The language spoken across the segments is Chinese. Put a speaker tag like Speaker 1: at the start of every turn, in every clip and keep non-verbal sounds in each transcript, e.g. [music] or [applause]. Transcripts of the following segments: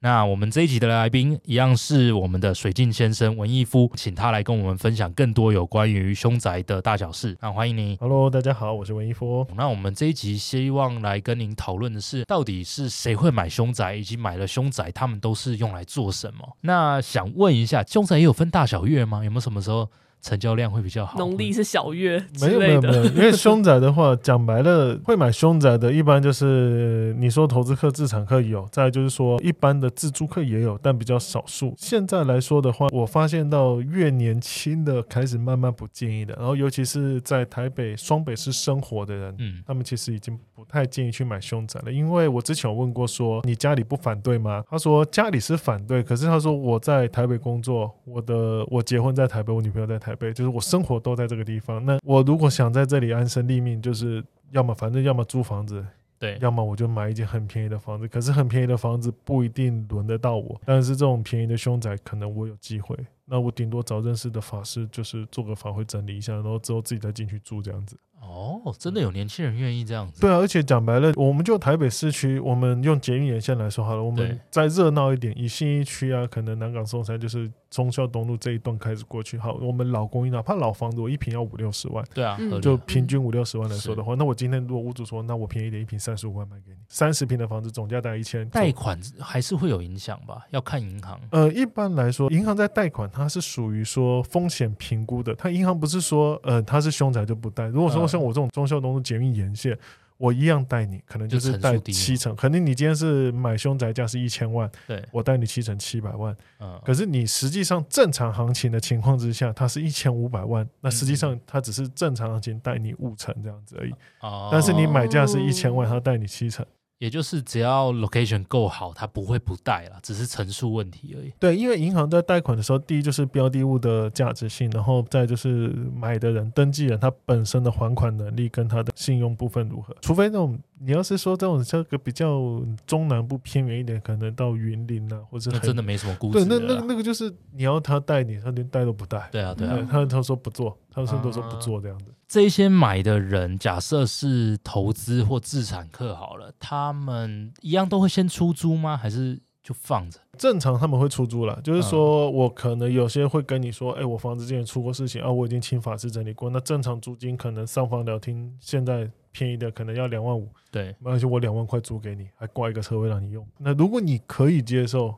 Speaker 1: 那我们这一集的来宾一样是我们的水镜先生文艺夫，请他来跟我们分享更多有关于凶宅的大小事。那欢迎你。
Speaker 2: Hello，大家好，我是文一夫。
Speaker 1: 那我们这一集希望来跟您讨论的是，到底是谁会买凶宅，以及买了凶宅他们都是用来做什么？那想问一下，凶宅也有分大小月吗？有没有什么时候成交量会比较好？
Speaker 3: 农历是小月之
Speaker 2: 没有没
Speaker 3: 类
Speaker 2: 有没有，
Speaker 3: [laughs] 的。
Speaker 2: 因为凶宅的
Speaker 3: [laughs]
Speaker 2: 话，讲白了，会买凶宅的，一般就是你说投资客、自产客有，再来就是说一般的自住客也有，但比较少数。现在来说的话，我发现到越年轻的开始慢慢不建议的，然后尤其是在台北、双北市生活的人，
Speaker 1: 嗯，
Speaker 2: 他们其实已经不太建议去买凶宅了，因为我之前有问过说你家里不反对吗？他说家里是反对，可是他说我在台北工作，我的我结婚在台北，我女朋友在台北，就是我生活都在这个地方。那我如果想在这里安身立命，就是要么反正要么租房子，
Speaker 1: 对，
Speaker 2: 要么我就买一间很便宜的房子。可是很便宜的房子不一定轮得到我，但是这种便宜的凶宅可能我有机会。那我顶多找认识的法师，就是做个法会整理一下，然后之后自己再进去住这样子。
Speaker 1: 哦，真的有年轻人愿意这样子。
Speaker 2: 对啊，而且讲白了，我们就台北市区，我们用捷运沿线来说好了，我
Speaker 1: 对
Speaker 2: 们再热闹一点，以信义区啊，可能南港松山就是忠孝东路这一段开始过去。好，我们老公寓哪怕老房子，我一平要五六十万，
Speaker 1: 对啊，
Speaker 3: 嗯
Speaker 1: 合理啊
Speaker 2: 就平均五六十万来说的话，那我今天如果屋主说，那我便宜一点，一平三十五万卖给你，三十平的房子总价大概一千，
Speaker 1: 贷款还是会有影响吧，要看银行。
Speaker 2: 呃，一般来说，银行在贷款，它是属于说风险评估的。它银行不是说，呃，它是凶宅就不贷。如果说
Speaker 1: 嗯
Speaker 2: 像我这种中秀东路捷运沿线，我一样贷你，可能
Speaker 1: 就
Speaker 2: 就是
Speaker 1: 层数
Speaker 2: 贷
Speaker 1: 低
Speaker 2: 七
Speaker 1: 嘛
Speaker 2: 成。肯定你今天是买凶宅价是一千万，
Speaker 1: 对，
Speaker 2: 我贷你七成七百万。
Speaker 1: 嗯，
Speaker 2: 可是你实际上正常行情的情况之下，它是一千五百万，
Speaker 1: 嗯
Speaker 2: 那实际上它只是正常行情贷你五成这样子而已。
Speaker 1: 哦
Speaker 2: 但是你买价是
Speaker 3: 哦
Speaker 2: 一千万，它贷你七成。
Speaker 1: 也就是只要 location 够好，它不会不带啦，只是层数问题而已。
Speaker 2: 对，因为银行在贷款的时候，第一就是标的物的价值性，然后再就是买的人、登记人他本身的还款能力跟他的信用部分如何。除非那种你要是说这种这个比较中南部偏远一点，可能到云林啊，或者
Speaker 1: 那
Speaker 2: 很
Speaker 1: 真的没什么估值
Speaker 2: 对，
Speaker 1: 了
Speaker 2: 那
Speaker 1: 啦。
Speaker 2: 那那嗯个就是你要他带你，他连带都不带。
Speaker 1: 对啊，对啊。啊
Speaker 2: 对他他说不做，他说都说不做这样子。
Speaker 1: 这一些买的人，假设是投资或自产客好了，他们一样都会先出租吗？还是就放着？
Speaker 2: 正常他们会出租啦，就是说我可能有些会跟你说，哎、我房子之前出过事情啊，我已经请法师整理过。那正常租金可能上房聊天，现在便宜的可能要两万五，
Speaker 1: 对，
Speaker 2: 而且我两万块租给你，还挂一个车位让你用。那如果你可以接受，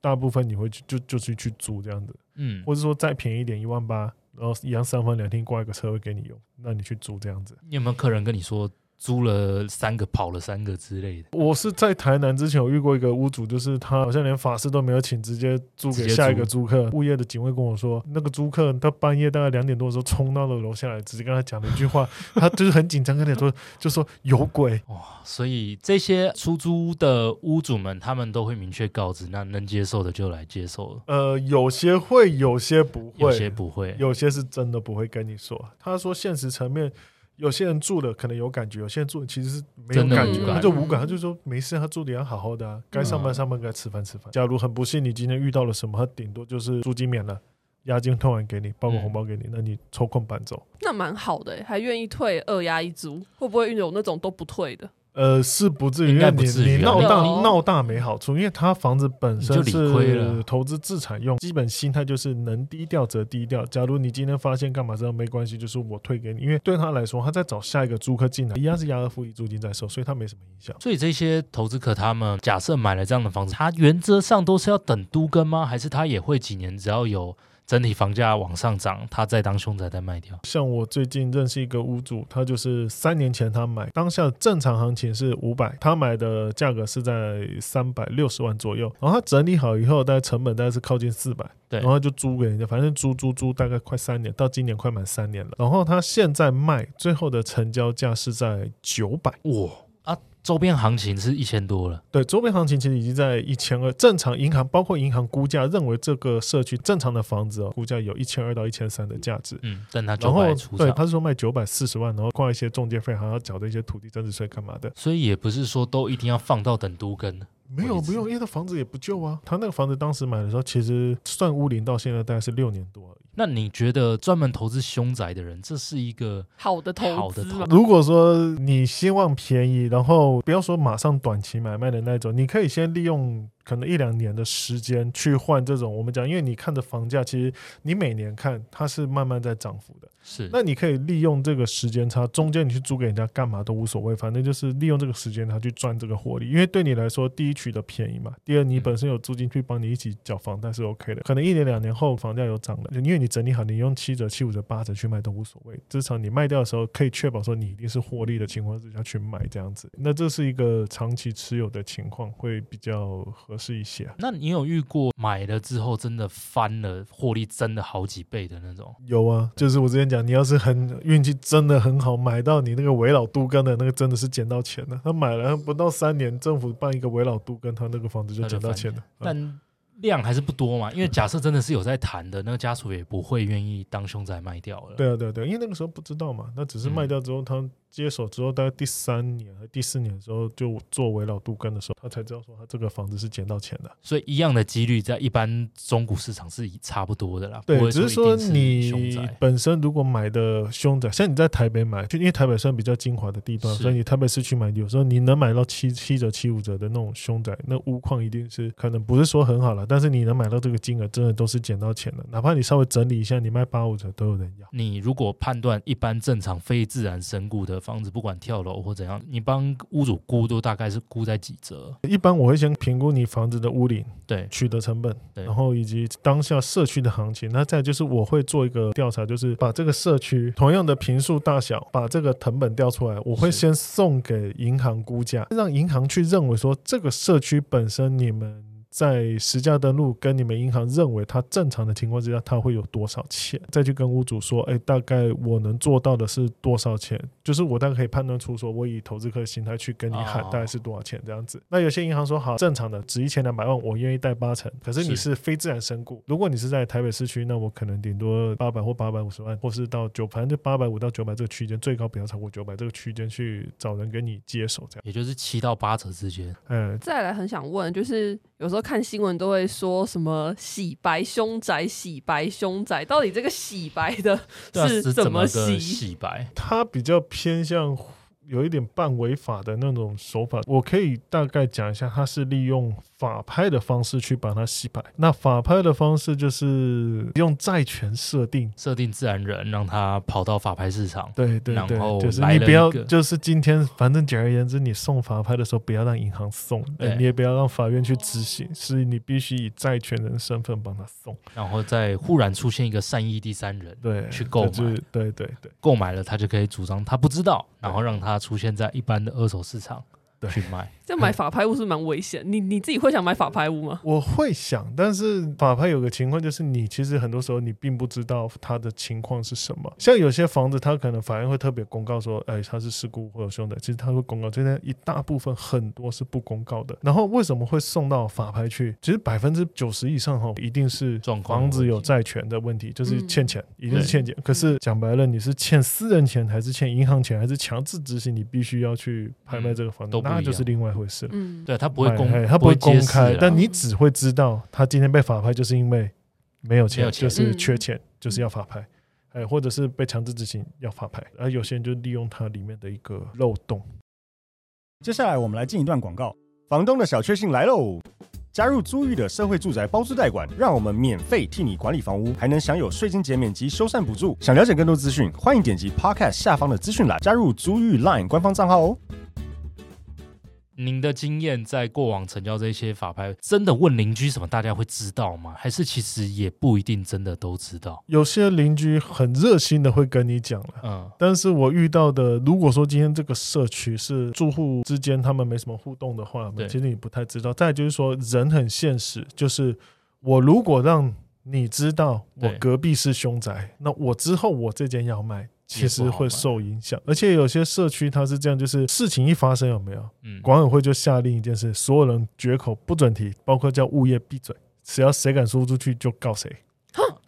Speaker 2: 大部分你会去就就去去租这样子，
Speaker 1: 嗯，
Speaker 2: 或者说再便宜一点一万八，然后一样三房两厅挂一个车位给你用，那你去租这样子。
Speaker 1: 你有没有客人跟你说租了三个，跑了三个之类的？
Speaker 2: 我是在台南之前有遇过一个屋主，就是他好像连法师都没有请，直接租给下一个租客。物业的警卫跟我说，那个租客他半夜大概两点多的时候冲到了楼下来，直接跟他讲了一句话，他就是很紧张跟他说，就说有鬼。
Speaker 1: 所以这些出租的屋主们，他们都会明确告知，那能接受的就来接受了，
Speaker 2: 呃，有些会，有些不会，
Speaker 1: 有些不会。
Speaker 2: 有些是真的不会跟你说。他说现实层面，有些人住了可能有感觉，有些人住了其实是没有
Speaker 1: 真的
Speaker 2: 感
Speaker 3: 无
Speaker 2: 觉，
Speaker 3: 感
Speaker 2: 他就无感，他就说没事，他住的也好好的、啊，该上班上班，该吃饭吃饭。假如很不幸你今天遇到了什么，他顶多就是租金免了。押金退还给你，包括红包给你，那你抽空搬走。
Speaker 3: 那蛮好的欸，还愿意退二押一租，会不会有那种都不退的？
Speaker 2: 呃，是不至于，
Speaker 1: 应
Speaker 2: 因
Speaker 1: 该
Speaker 2: 为
Speaker 1: 不
Speaker 2: 你
Speaker 1: 至于啊
Speaker 2: 你闹大
Speaker 3: 对啊
Speaker 2: 闹大没好处，因为他房子本身
Speaker 1: 你就理亏了
Speaker 2: 是投资资产用，基本心态就是能低调则低调。假如你今天发现干嘛这样没关系，就是我退给你，因为对他来说，他在找下一个租客进来一样是押二付一租金在收，所以他没什么影响。
Speaker 1: 所以这些投资客他们假设买了这样的房子，他原则上都是要等都跟吗？还是他也会几年只要有整体房价往上涨，他再当凶宅再卖掉？
Speaker 2: 像我最近认识一个屋主，他就是三年前他买，当下正常行情是五百，他买的价格是在三百六十万左右，然后他整理好以后，大概成本大概是靠近四百，
Speaker 1: 对
Speaker 2: 然后就租给人家，反正租租租大概快三年，到今年快满三年了，然后他现在卖，最后的成交价是在九百，
Speaker 1: 哇啊，周边行情是一千多了，
Speaker 2: 对，周边行情其实已经在一千二，正常银行包括银行估价认为这个社区正常的房子哦，估价有一千二到一千三的价值，
Speaker 1: 嗯，但他
Speaker 2: 然
Speaker 1: 九
Speaker 2: 后
Speaker 1: 百出
Speaker 2: 对，
Speaker 1: 场，
Speaker 2: 他是说卖九百四十万，然后挂一些中介费，还要缴的一些土地增值税干嘛的？
Speaker 1: 所以也不是说都一定要放到等都跟。
Speaker 2: 没
Speaker 1: 我
Speaker 2: 有
Speaker 1: 一直
Speaker 2: 不用，因为他房子也不旧啊。他那个房子当时买的时候，其实算屋龄到现在大概是六年多而已。
Speaker 1: 那你觉得专门投资凶宅的人，这是一个
Speaker 3: 好的投
Speaker 1: 好的
Speaker 3: 资啊
Speaker 1: 投
Speaker 3: 嘛，
Speaker 2: 如果说你希望便宜，然后不要说马上短期买卖的那种，你可以先利用可能一两年的时间去换这种。我们讲，因为你看的房价，其实你每年看它是慢慢在涨幅的。
Speaker 1: 是
Speaker 2: 那你可以利用这个时间差，中间你去租给人家干嘛都无所谓，反正就是利用这个时间差去赚这个获利。因为对你来说，第一取得便宜嘛，第二你
Speaker 1: 嗯
Speaker 2: 本身有租金去帮你一起缴房贷是 OK 的。可能一年两年后房价有涨了，因为你整理好，你用七折、七五折、八折去卖都无所谓，至少你卖掉的时候可以确保说你一定是获利的情况之下去买这样子。那这是一个长期持有的情况，会比较合适一些啊。
Speaker 1: 那你有遇过买了之后真的翻了，获利真的好几倍的那种？
Speaker 2: 有啊，就是我之前讲，你要是很运气真的很好，买到你那个围老都跟的那个，真的是捡到钱了。他买了不到三年，政府办一个围老都跟，他那个房子就
Speaker 1: 那就
Speaker 2: 捡到
Speaker 1: 翻
Speaker 2: 钱了。嗯
Speaker 1: 但量还是不多嘛，因为假设真的是有在谈的，那个家属也不会愿意当凶宅卖掉了。，
Speaker 2: 对啊，对啊，对啊，因为那个时候不知道嘛，那只是卖掉之后，他接手之后，大概第三年、第四年的时候，就做围老都跟的时候，他才知道说他这个房子是捡到钱的。
Speaker 1: 所以一样的几率在一般中古市场是差不多的啦。不
Speaker 2: 对，
Speaker 1: 会
Speaker 2: 只是
Speaker 1: 说
Speaker 2: 说
Speaker 1: 一定凶
Speaker 2: 你
Speaker 1: 宅
Speaker 2: 本身如果买的凶宅，像你在台北买，就因为台北算比较精华的地段，
Speaker 1: 是
Speaker 2: 所以你台北市区买，有时候你能买到七七折、七五折的那种凶宅，那屋况一定是可能不是说很好了，但是你能买到这个金额，真的都是捡到钱的，哪怕你稍微整理一下，你卖八五折都有人要。
Speaker 1: 你如果判断一般正常非自然身故的房子，不管跳楼或怎样，你帮屋主估都大概是估在几折？
Speaker 2: 一般我会先评估你房子的屋龄、
Speaker 1: 对，
Speaker 2: 取得成本，
Speaker 1: 对
Speaker 2: 然后以及当下社区的行情。那再就是我会做一个调查，就是把这个社区同样的平数大小，把这个成本调出来，我会
Speaker 1: 是
Speaker 2: 先送给银行估价，让银行去认为说这个社区本身你们。在实价登录跟你们银行认为它正常的情况之下，它会有多少钱？再去跟屋主说，哎，大概我能做到的是多少钱？就是我大概可以判断出，说我以投资客的心态去跟你喊
Speaker 1: 哦
Speaker 2: 大概是多少钱这样子。那有些银行说好，正常的只一千两百万，我愿意贷八成。可是你
Speaker 1: 是
Speaker 2: 是非自然身故，如果你是在台北市区，那我可能顶多八百或八百五十万，或是到九，反正就八百五到九百这个区间，最高不要超过九百这个区间去找人跟你接手这样。
Speaker 1: 也就是七到八折之间。
Speaker 2: 嗯，
Speaker 3: 再来很想问，就是有时候看新闻都会说什么洗白凶宅、洗白凶宅，到底这个洗白的
Speaker 1: 对啊
Speaker 3: 是
Speaker 1: 怎
Speaker 3: 怎
Speaker 1: 么
Speaker 3: 么
Speaker 1: 个
Speaker 3: 洗？
Speaker 1: 洗白？
Speaker 2: 它比较偏向有一点半违法的那种手法。我可以大概讲一下，它是利用法拍的方式去把它洗白。那法拍的方式就是用债权设定。
Speaker 1: 设定自然人让他跑到法拍市场，
Speaker 2: 对对
Speaker 1: 然
Speaker 2: 对
Speaker 1: 后，
Speaker 2: 就是
Speaker 1: 来
Speaker 2: 你
Speaker 1: 了
Speaker 2: 不
Speaker 1: 一
Speaker 2: 要
Speaker 1: 个，
Speaker 2: 就是今天，反正简而言之，你送法拍的时候，不要让银行送，呃
Speaker 1: 对
Speaker 2: 你也不要让法院去执行，是你必须以债权人身份帮他送。
Speaker 1: 然后再忽然出现一个善意第三人
Speaker 2: 对，
Speaker 1: 去购买
Speaker 2: 就是对对对
Speaker 1: 购买了，他就可以主张他不知道，然后让他出现在一般的二手市场
Speaker 2: 对
Speaker 1: 去卖。
Speaker 3: 这买法拍屋是蛮危险，你你自己会想买法拍屋吗？
Speaker 2: 我会想，但是法拍有个情况就是，你其实很多时候你并不知道他的情况是什么。像有些房子，他可能法院会特别公告说，哎，他是事故或者凶宅，其实他会公告，这边一大部分很多是不公告的。然后为什么会送到法拍去？其实百分之九十以上哈，一定是
Speaker 1: 状况
Speaker 2: 房子有
Speaker 1: 问题
Speaker 2: 债权的问题，就是
Speaker 3: 嗯
Speaker 2: 欠钱，一定是欠钱。可是讲白了，你是欠私人钱，还是欠银行钱，还是强制执行，你必须要去拍卖这个房
Speaker 1: 嗯
Speaker 2: 子
Speaker 1: 都，不一样
Speaker 2: 那就是另外一回事了。
Speaker 3: 嗯，
Speaker 1: 对他不会公
Speaker 2: 哎哎，他
Speaker 1: 不
Speaker 2: 不会
Speaker 1: 揭
Speaker 2: 公
Speaker 1: 示啊
Speaker 2: 开
Speaker 1: 啦，
Speaker 2: 但你只会知道他今天被法拍，就是因为没有
Speaker 1: 没
Speaker 2: 钱，
Speaker 1: 有钱
Speaker 2: 就是缺钱，就是要法拍，哎，或者是被强制执行要法拍，而有些人就利用它里面的一个漏洞。
Speaker 4: 接下来我们来进一段广告，房东的小确幸来喽！加入租遇的社会住宅包租代管，让我们免费替你管理房屋，还能享有税金减免及修缮补助。想了解更多资讯，欢迎点击 Podcast 下方的资讯栏，加入租遇 Line 官方账号哦。
Speaker 1: 您的经验在过往成交这些法拍，真的问邻居什么大家会知道吗？还是其实也不一定真的都知道？
Speaker 2: 有些邻居很热心的会跟你讲了。
Speaker 1: 嗯
Speaker 2: 但是我遇到的，如果说今天这个社区是住户之间他们没什么互动的话
Speaker 1: 对，
Speaker 2: 其实你不太知道。再来就是说，人很现实，就是我如果让你知道我
Speaker 1: 对
Speaker 2: 隔壁是凶宅，那我之后我这间要卖，其实会受影响。而且有些社区它是这样，就是事情一发生有没有，
Speaker 1: 嗯，
Speaker 2: 管委会就下令一件事，所有人绝口不准提，包括叫物业闭嘴，只要谁敢说出去就告谁。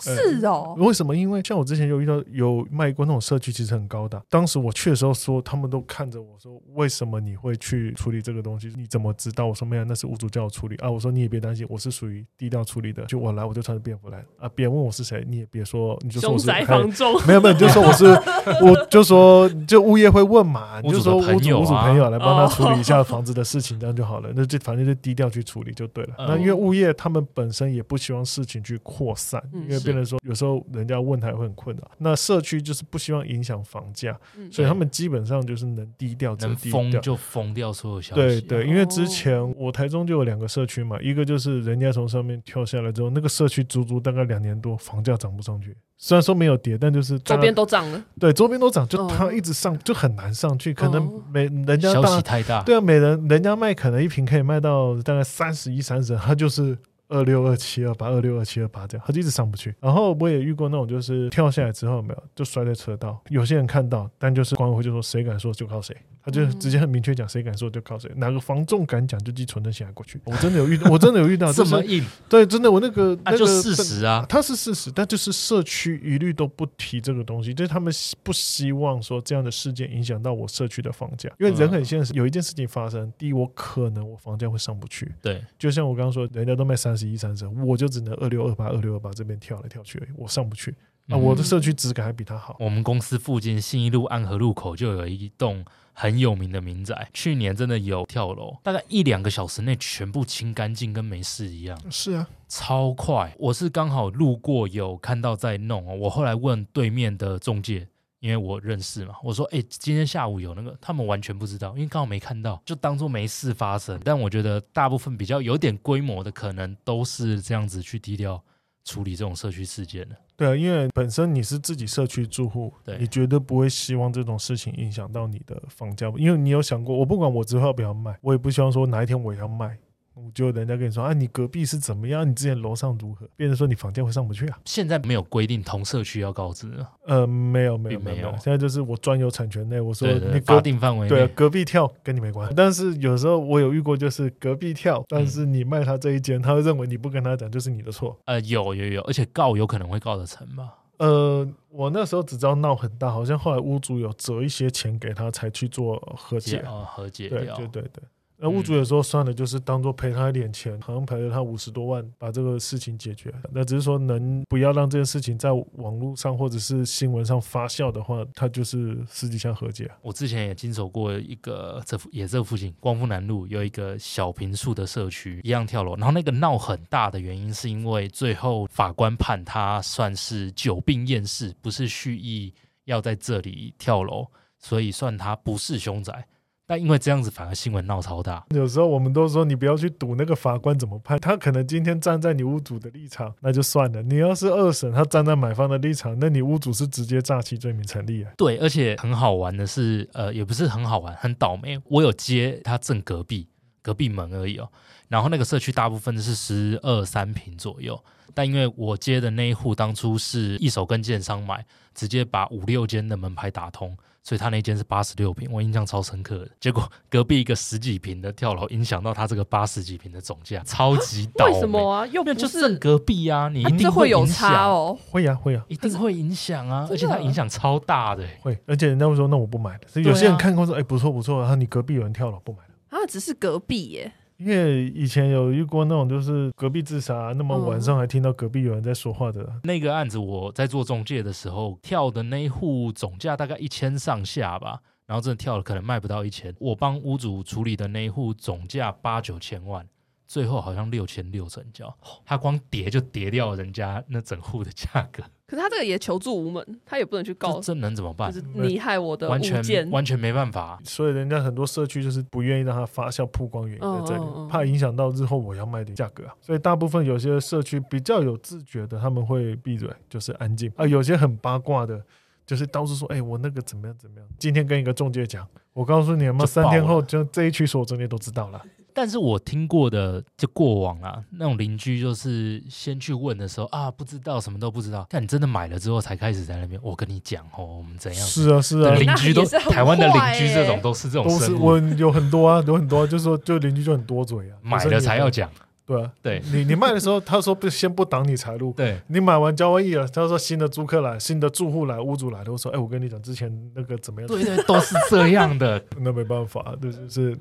Speaker 3: 是哦，
Speaker 2: 为什么？因为像我之前有遇到有卖过那种社区，其实很高档。当时我去的时候说，他们都看着我说，为什么你会去处理这个东西？你怎么知道？我说没有，那是屋主叫我处理啊。我说你也别担心，我是属于低调处理的，就我来我就穿着便服来啊。别人问我是谁，你也别说，
Speaker 1: 呃
Speaker 2: 你就说
Speaker 3: 凶
Speaker 2: 我是
Speaker 3: 宅
Speaker 2: 哎
Speaker 1: [laughs]
Speaker 3: 房中，
Speaker 2: 没有没有，你就说我是，我就说就物业会问嘛，你就说
Speaker 1: 屋
Speaker 2: 屋
Speaker 1: 主的朋友啊哦
Speaker 2: 主屋主朋友来帮他处理一下房子的事情，这样就好了。那就反正就低调去处理就对了。
Speaker 1: 嗯
Speaker 2: 那因为物业他们本身也不希望事情去扩散，
Speaker 3: 嗯
Speaker 2: 因为
Speaker 1: 是
Speaker 2: 变成说有时候人家问他也会很困扰。那社区就是不希望影响房价，
Speaker 3: 嗯
Speaker 2: 所以他们基本上就是能低调则
Speaker 1: 能
Speaker 2: 低
Speaker 1: 封
Speaker 2: 调。
Speaker 1: 就封掉所有消息。啊
Speaker 2: 对对，因为
Speaker 3: 哦
Speaker 2: 之前我台中就有两个社区嘛，一个就是人家从上面跳下来之后，那个社区足足大概两年多，房价涨不上去。虽然说没有跌，但就是大家
Speaker 3: 周边都涨了，
Speaker 2: 对，周边都涨，就
Speaker 3: 哦
Speaker 2: 它一直上，就很难上去。可
Speaker 3: 哦
Speaker 2: 能每人家
Speaker 1: 消息
Speaker 2: 大，
Speaker 1: 太大，
Speaker 2: 对啊，每人人家卖可能一瓶可以卖到大概三十一、三十，它就是二六、二七、二八、二六、二七、二八这样，它就一直上不去。然后我也遇过那种就是跳下来之后有没有就摔在车道，有些人看到，但就是管委会就说谁敢说就靠谁，他就
Speaker 3: 嗯
Speaker 2: 直接很明确讲谁敢说就靠谁，哪个房仲敢讲就寄存证信函过去。我真的有遇，我真的有遇
Speaker 1: [laughs]
Speaker 2: 到，
Speaker 1: 这
Speaker 2: 啊就
Speaker 1: 么
Speaker 2: 是
Speaker 1: 硬，
Speaker 2: 对，真的我那个
Speaker 1: 那
Speaker 2: 那
Speaker 1: 就
Speaker 2: 个
Speaker 1: 事
Speaker 2: 真
Speaker 1: 实啊。
Speaker 2: 它是事实，但就是社区一律都不提这个东西，就是他们希不希望说这样的事件影响到我社区的房价，因为人很现实，有一件事情发生，第一，我可能我房价会上不去，
Speaker 1: 对，
Speaker 2: 就像我刚刚说，人家都卖三十一、三十，我就只能二六、二八、二六、二八这边跳来跳去而已，我上不去啊，
Speaker 1: 嗯
Speaker 2: 我的社区质感还比他好。
Speaker 1: 我们公司附近信义路暗河路口就有一栋很有名的民宅，去年真的有跳楼，大概一两个小时内全部清干净，跟没事一样，
Speaker 2: 是啊，
Speaker 1: 超快。我是刚好路过有看到在弄哦，我后来问对面的中介。因为我认识嘛，我说哎、今天下午有那个，他们完全不知道，因为刚好没看到，就当做没事发生。但我觉得大部分比较有点规模的，可能都是这样子去低调处理这种社区事件的。
Speaker 2: 对啊，因为本身你是自己社区住户，
Speaker 1: 对
Speaker 2: 你绝对不会希望这种事情影响到你的房价，因为你有想过，我不管我之后要不要卖，我也不希望说哪一天我也要卖，我就人家跟你说啊，你隔壁是怎么样，你之前楼上如何，变成说你房价会上不去啊？
Speaker 1: 现在没有规定同社区要告知了，
Speaker 2: 呃，没有没有
Speaker 1: 并没
Speaker 2: 没有，
Speaker 1: 有
Speaker 2: 现在就是我专有产权内，我说
Speaker 1: 对对
Speaker 2: 你
Speaker 1: 对，
Speaker 2: 隔
Speaker 1: 法
Speaker 2: 壁。
Speaker 1: 定范围
Speaker 2: 对啊
Speaker 1: 内，
Speaker 2: 隔壁跳跟你没关系，但是有时候我有遇过，就是隔壁跳，但是
Speaker 1: 嗯
Speaker 2: 你卖他这一间，他会认为你不跟他讲就是你的错。
Speaker 1: 呃，有有有，而且告有可能会告得成吧？
Speaker 2: 呃，我那时候只知道闹很大，好像后来屋主有折一些钱给他才去做和
Speaker 1: 解
Speaker 2: 解。
Speaker 1: 呃和解
Speaker 2: 对
Speaker 1: 掉，
Speaker 2: 对对对。那屋主也说算了，就是当做赔他一点钱，好像赔了他五十多万，把这个事情解决。那只是说能不要让这件事情在网络上或者是新闻上发酵的话，他就是私底下和解。
Speaker 1: 我之前也经手过一个这附也这附近光复南路有一个小平数的社区，一样跳楼，然后那个闹很大的原因是因为最后法官判他算是久病厌世，不是蓄意要在这里跳楼，所以算他不是凶宅。但因为这样子，反而新闻闹超大，
Speaker 2: 有时候我们都说你不要去赌那个法官怎么判，他可能今天站在你屋主的立场，那就算了。你要是二审，他站在买方的立场，那你屋主是直接诈欺罪名成立啊。
Speaker 1: 对，而且很好玩的是，呃，也不是很好玩，很倒霉。我有接他正隔壁隔壁门而已哦。然后那个社区大部分是十二三平左右，但因为我接的那一户当初是一手跟建商买，直接把五六间的门牌打通，所以他那间是八十六平，我印象超深刻的。结果 [laughs] 隔壁一个十几平的跳楼，影响到他这个八十几平的总价，超级倒
Speaker 3: 为
Speaker 1: 霉。
Speaker 3: 什么啊？又
Speaker 1: 因为
Speaker 3: 不
Speaker 1: 就是正隔壁啊，你一
Speaker 3: 啊
Speaker 1: 定
Speaker 3: 这会有
Speaker 1: 影
Speaker 3: 差
Speaker 1: 响，
Speaker 3: 哦，
Speaker 2: 会呀、会啊呀、
Speaker 1: 一定会影响啊，而且
Speaker 3: 真的
Speaker 1: 它影响超大的欸、
Speaker 2: 会。而且人家会说，那我不买了。所以有些人看过说，哎、不错不错，然后你隔壁有人跳楼，不买了。
Speaker 3: 啊，只是隔壁耶，
Speaker 2: 因为以前有遇过那种就是隔壁自杀，那么晚
Speaker 3: 嗯
Speaker 2: 上还听到隔壁有人在说话的，
Speaker 1: 那个案子我在做中介的时候跳的那一户总价大概一千上下吧，然后真的跳了，可能卖不到一千。我帮屋主处理的那一户总价八九千万，最后好像六千六成交，他光叠就叠掉人家那整户的价格，
Speaker 3: 可是他这个也求助无门，他也不能去告
Speaker 1: 这，这能怎么
Speaker 3: 就
Speaker 1: 办？
Speaker 3: 是你害我的物
Speaker 1: 完全
Speaker 3: 件，
Speaker 1: 完全没办法。
Speaker 2: 所以人家很多社区就是不愿意让它发酵曝光，原因在这里
Speaker 3: 嗯嗯嗯，
Speaker 2: 怕影响到日后我要卖的价格啊。所以大部分有些社区比较有自觉的，他们会闭嘴，就是安静啊。有些很八卦的，就是到处说，哎，我那个怎么样怎么样。今天跟一个中介讲，我告诉你们，
Speaker 1: 就
Speaker 2: 三天
Speaker 1: 爆了
Speaker 2: 后就这一区所有中介都知道了。
Speaker 1: 但是我听过的就过往啊，那种邻居就是先去问的时候啊，不知道什么都不知道，但你真的买了之后才开始在那边，我跟你讲哦，我们怎样。
Speaker 2: 是啊，是啊
Speaker 1: 对。邻居都
Speaker 3: 那也是很
Speaker 1: 台湾的邻
Speaker 3: 坏
Speaker 1: 居
Speaker 3: 欸
Speaker 1: 这种都是这种
Speaker 2: 都是
Speaker 1: 生物，
Speaker 2: 我有很多啊，有很多、啊，就是说，就邻居就很多嘴啊，
Speaker 1: 买
Speaker 2: 有时
Speaker 1: 了
Speaker 2: 候你
Speaker 1: 才要讲。
Speaker 2: 对啊，
Speaker 1: 对
Speaker 3: [laughs]
Speaker 2: 你你卖的时候，他说不先不挡你财路，
Speaker 1: 对，
Speaker 2: 你买完交完易了，他说新的租客来，新的住户来，屋主来了，我说，哎、我跟你讲，之前那个怎么样？
Speaker 1: 对对，都是这样的。
Speaker 2: 那没办法，这就是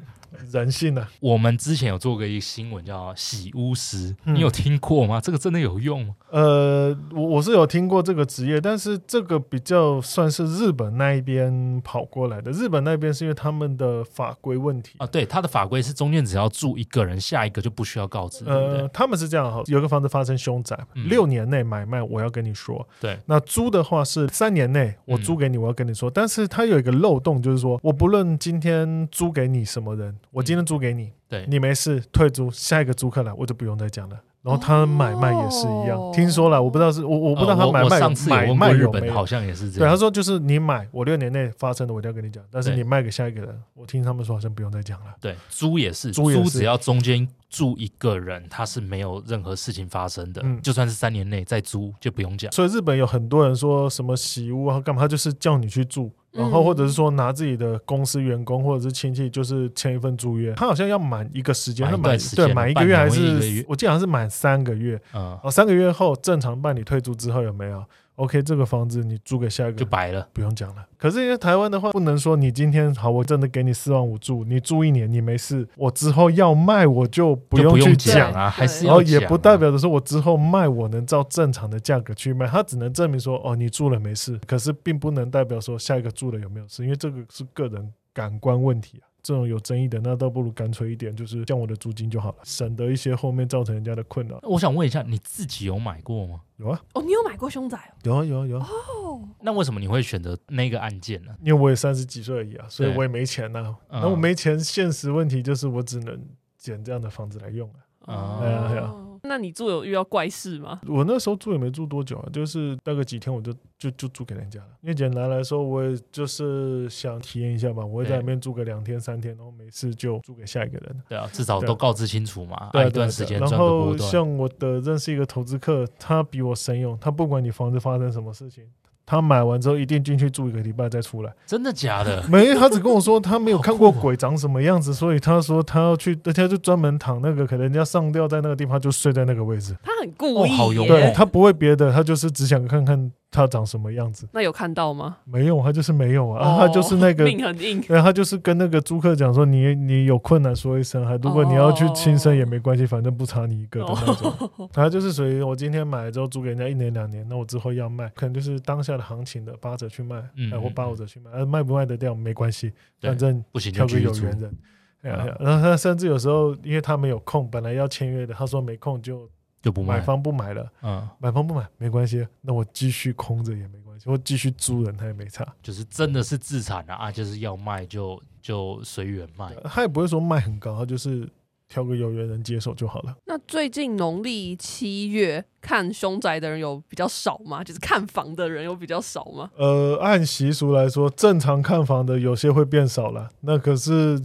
Speaker 2: 人性啊。
Speaker 1: 我们之前有做过一个新闻叫“洗屋师”，
Speaker 2: 嗯
Speaker 1: 你有听过吗？这个真的有用吗？
Speaker 2: 呃，我我是有听过这个职业，但是这个比较算是日本那一边跑过来的。日本那边是因为他们的法规问题。
Speaker 1: 啊，对，它的法规是中间只要住一个人，下一个就不需要告知，对不
Speaker 2: 呃
Speaker 1: 对，？
Speaker 2: 他们是这样哈，有个房子发生凶宅，
Speaker 1: 嗯
Speaker 2: 六年内买卖，我要跟你说，
Speaker 1: 对，
Speaker 2: 那租的话是三年内我租给你，我要跟你说，但是它有一个漏洞，就是说我不论今天租给你什么人，我今天租给你，
Speaker 1: 对
Speaker 2: 你没事退租，下一个租客来我就不用再讲了。然后他买卖也是一样，
Speaker 3: 哦
Speaker 2: 听说了，我不知道是我我
Speaker 1: 我
Speaker 2: 不知道他
Speaker 1: 呃我
Speaker 2: 买
Speaker 1: 哦我
Speaker 2: 卖有、
Speaker 1: 上次有
Speaker 2: 买
Speaker 1: 问
Speaker 2: 卖
Speaker 1: 过日
Speaker 2: 有没
Speaker 1: 本，好
Speaker 2: 有。
Speaker 1: 像也是这
Speaker 2: 对，他
Speaker 1: 样。
Speaker 2: 说就是你买，我六年内发生的，我一定要跟你讲。但是
Speaker 1: 对
Speaker 2: 你卖给下一个人，我听他们说好像不用再讲了。
Speaker 1: 对，租也是，
Speaker 2: 租也是
Speaker 1: 只要中间住一个人，他是没有任何事情发生的，
Speaker 2: 嗯
Speaker 1: 就算是三年内再租就不用讲。
Speaker 2: 所以日本有很多人说什么洗屋啊干嘛，他就是叫你去住，
Speaker 3: 嗯
Speaker 2: 然后或者是说拿自己的公司员工或者是亲戚，就是签一份租约，他好像要满一个时间，
Speaker 1: 满
Speaker 2: 他
Speaker 1: 一
Speaker 2: 满
Speaker 1: 段时间
Speaker 2: 对满一个月
Speaker 1: 半
Speaker 2: 还
Speaker 1: 年或一个月
Speaker 2: 是我记得好像是满三个月，
Speaker 1: 嗯
Speaker 2: 然，后三个月后正常办理退租之后有没有？OK，这个房子你租给下一个
Speaker 1: 就。白了。
Speaker 2: 不用讲了。可是因为台湾的话，不能说你今天好，我真的给你四万五住，你住一年你没事，我之后要卖我就不
Speaker 1: 就不
Speaker 2: 用去
Speaker 1: 用
Speaker 2: 讲
Speaker 1: 讲啊，
Speaker 3: 对
Speaker 1: 还是
Speaker 3: 不
Speaker 2: 然
Speaker 1: 要
Speaker 2: 后
Speaker 1: 讲啊、
Speaker 2: 也不代表着说我之后卖我能照正常的价格去卖，他只能证明说哦你住了没事，可是并不能代表说下一个住了有没有事，因为这个是个人感官问题啊。这种有争议的，那倒不如干脆一点，就是降我的租金就好了，省得一些后面造成人家的困扰。
Speaker 1: 我想问一下，你自己有买过吗？
Speaker 2: 有啊，
Speaker 3: 哦，你有买过凶宅哦
Speaker 2: 有啊，有啊，有啊，
Speaker 3: 哦？
Speaker 1: 那为什么你会选择那个案件呢？
Speaker 2: 因为我也三十几岁而已啊，所以
Speaker 1: 对
Speaker 2: 我也没钱呐、
Speaker 1: 嗯
Speaker 2: 那我没钱，现实问题就是我只能捡这样的房子来用啊。
Speaker 1: 啊
Speaker 2: 对啊对
Speaker 3: 哦，那你住有遇到怪事吗？
Speaker 2: 我那时候住也没住多久啊，就是大概几天我就就就租给人家了。因为简单来说，我也就是想体验一下吧，我会在
Speaker 1: 对
Speaker 2: 里面住个两天三天，然后没事就租给下一个人。
Speaker 1: 对啊，至少
Speaker 2: 对啊
Speaker 1: 都告知清楚嘛，
Speaker 2: 对啊
Speaker 1: 按一
Speaker 2: 对啊
Speaker 1: 段时
Speaker 2: 对啊
Speaker 1: 间
Speaker 2: 然
Speaker 1: 赚个波
Speaker 2: 后
Speaker 1: 段。
Speaker 2: 像我的认识一个投资客，他比我神勇，他不管你房子发生什么事情。他买完之后一定进去住一个礼拜再出来，
Speaker 1: 真的假
Speaker 2: [laughs]
Speaker 1: 的？
Speaker 2: 没，他只跟我说他没有看过
Speaker 1: 好酷哦
Speaker 2: 鬼长什么样子，所以他说他要去，他就专门躺那个，可能人家上吊在那个地方就睡在那个位置，
Speaker 3: 他很故意
Speaker 1: 哦好勇
Speaker 3: 耶
Speaker 2: 对他不会别的，他就是只想看看他长什么样子。
Speaker 3: 那有看到吗？
Speaker 2: 没有，他就是没有啊，
Speaker 3: 哦
Speaker 2: 啊他就是那个，
Speaker 3: 命
Speaker 2: [laughs]
Speaker 3: 很硬，
Speaker 2: 对，他就是跟那个租客讲说，你你有困难说一声，还如果你要去轻生也没关系，反正不差你一个的那种。
Speaker 1: 哦
Speaker 2: 他就是属于我今天买了之后租给人家一年两年，那我之后要卖，可能就是当下的行情的八折去卖，
Speaker 1: 嗯
Speaker 2: 哎或
Speaker 1: 嗯
Speaker 2: 八五
Speaker 1: 嗯
Speaker 2: 折去卖，呃卖不卖得掉没关系，
Speaker 1: 对
Speaker 2: 反正
Speaker 1: 不行就
Speaker 2: 挑
Speaker 1: 继
Speaker 2: 个
Speaker 1: 续
Speaker 2: 有
Speaker 1: 租。
Speaker 2: 缘人。对啊
Speaker 1: 啊
Speaker 2: 对啊然后他甚至有时候，因为他没有空，本来要签约的，他说没空就
Speaker 1: 就不
Speaker 2: 买
Speaker 1: 卖。
Speaker 2: 方不买了，
Speaker 1: 嗯，
Speaker 2: 买方不买没关系，啊那我继续空着也没关系，我继续租人他也没差。
Speaker 1: 就是真的是自产啊，啊就是要卖就就随缘卖。
Speaker 2: 他也不会说卖很高，他就是挑个有缘人接手就好了。
Speaker 3: 那最近农历七月看凶宅的人有比较少吗？就是看房的人有比较少吗？
Speaker 2: 呃，按习俗来说，正常看房的有些会变少了，那可是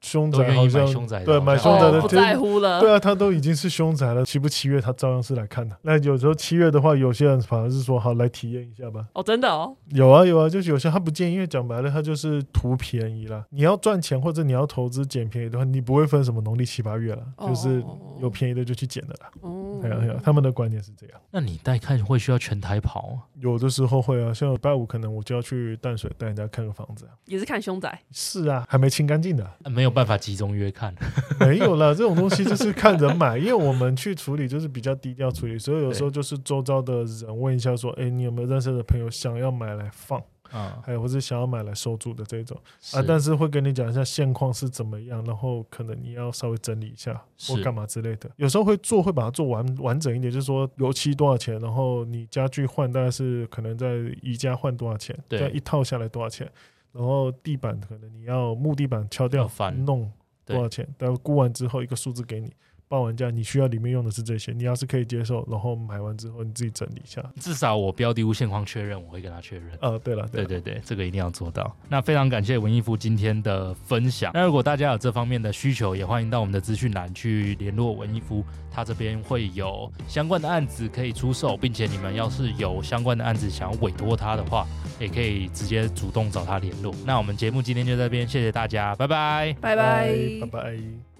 Speaker 2: 凶
Speaker 1: 都
Speaker 2: 宅
Speaker 1: 愿意
Speaker 2: 好
Speaker 1: 买
Speaker 2: 像
Speaker 1: 凶宅的
Speaker 2: 对
Speaker 1: 好
Speaker 2: 买
Speaker 1: 像
Speaker 2: 凶宅的
Speaker 3: 哦、
Speaker 1: 就
Speaker 3: 不
Speaker 2: 就
Speaker 3: 在乎了。
Speaker 2: 对啊，他都已经是凶宅了，七不七月他照样是来看的。那有时候七月的话，有些人反而是说好来体验一下吧。
Speaker 3: 哦，真的哦，
Speaker 2: 有啊有啊，就是有些他不建议，因为讲白了，他就是图便宜啦。你要赚钱或者你要投资捡便宜的话，你不会分什么农历七八月了，就是
Speaker 3: 哦
Speaker 2: 有便宜的就去捡的啦。
Speaker 3: 哦
Speaker 2: 哎呀哎呀，他们的观念是这样。
Speaker 1: 那你带看会需要全台跑啊？
Speaker 2: 有的时候会啊，像礼拜五可能我就要去淡水带人家看个房子啊、
Speaker 3: 也是看凶宅，
Speaker 2: 是啊，还没清干净的
Speaker 3: [laughs]
Speaker 2: 啊、
Speaker 1: 呃没有办法集中约看。
Speaker 2: 没有啦。这种东西就是看人买，因为我们去处理就是比较低调处理，所以有时候就是周遭的人问一下说，哎，你有没有认识的朋友想要买来放？
Speaker 1: 嗯
Speaker 2: 还有或是想要买来收租的这种啊
Speaker 1: 是，
Speaker 2: 但是会跟你讲一下现况是怎么样，然后可能你要稍微整理一下或
Speaker 1: 是
Speaker 2: 干嘛之类的。有时候会做，会把它做完完整一点，就是说油漆多少钱，然后你家具换大概是可能在宜家换多少钱，
Speaker 1: 对
Speaker 2: 这样一套下来多少钱，然后地板可能你要木地板敲
Speaker 1: 要
Speaker 2: 掉
Speaker 1: 翻
Speaker 2: 弄
Speaker 1: 对
Speaker 2: 多少钱，然后估完之后一个数字给你。报完价，你需要里面用的是这些，你要是可以接受，然后买完之后你自己整理一下。
Speaker 1: 至少我标的物现况确认，我会跟他确认。
Speaker 2: 呃，对了，
Speaker 1: 对
Speaker 2: 了
Speaker 1: 对对，这个一定要做到。那非常感谢文艺夫今天的分享。那如果大家有这方面的需求，也欢迎到我们的资讯栏去联络文艺夫，他这边会有相关的案子可以出售，并且你们要是有相关的案子想要委托他的话，也可以直接主动找他联络。那我们节目今天就到这边，谢谢大家，拜拜。
Speaker 3: 拜
Speaker 2: 拜拜。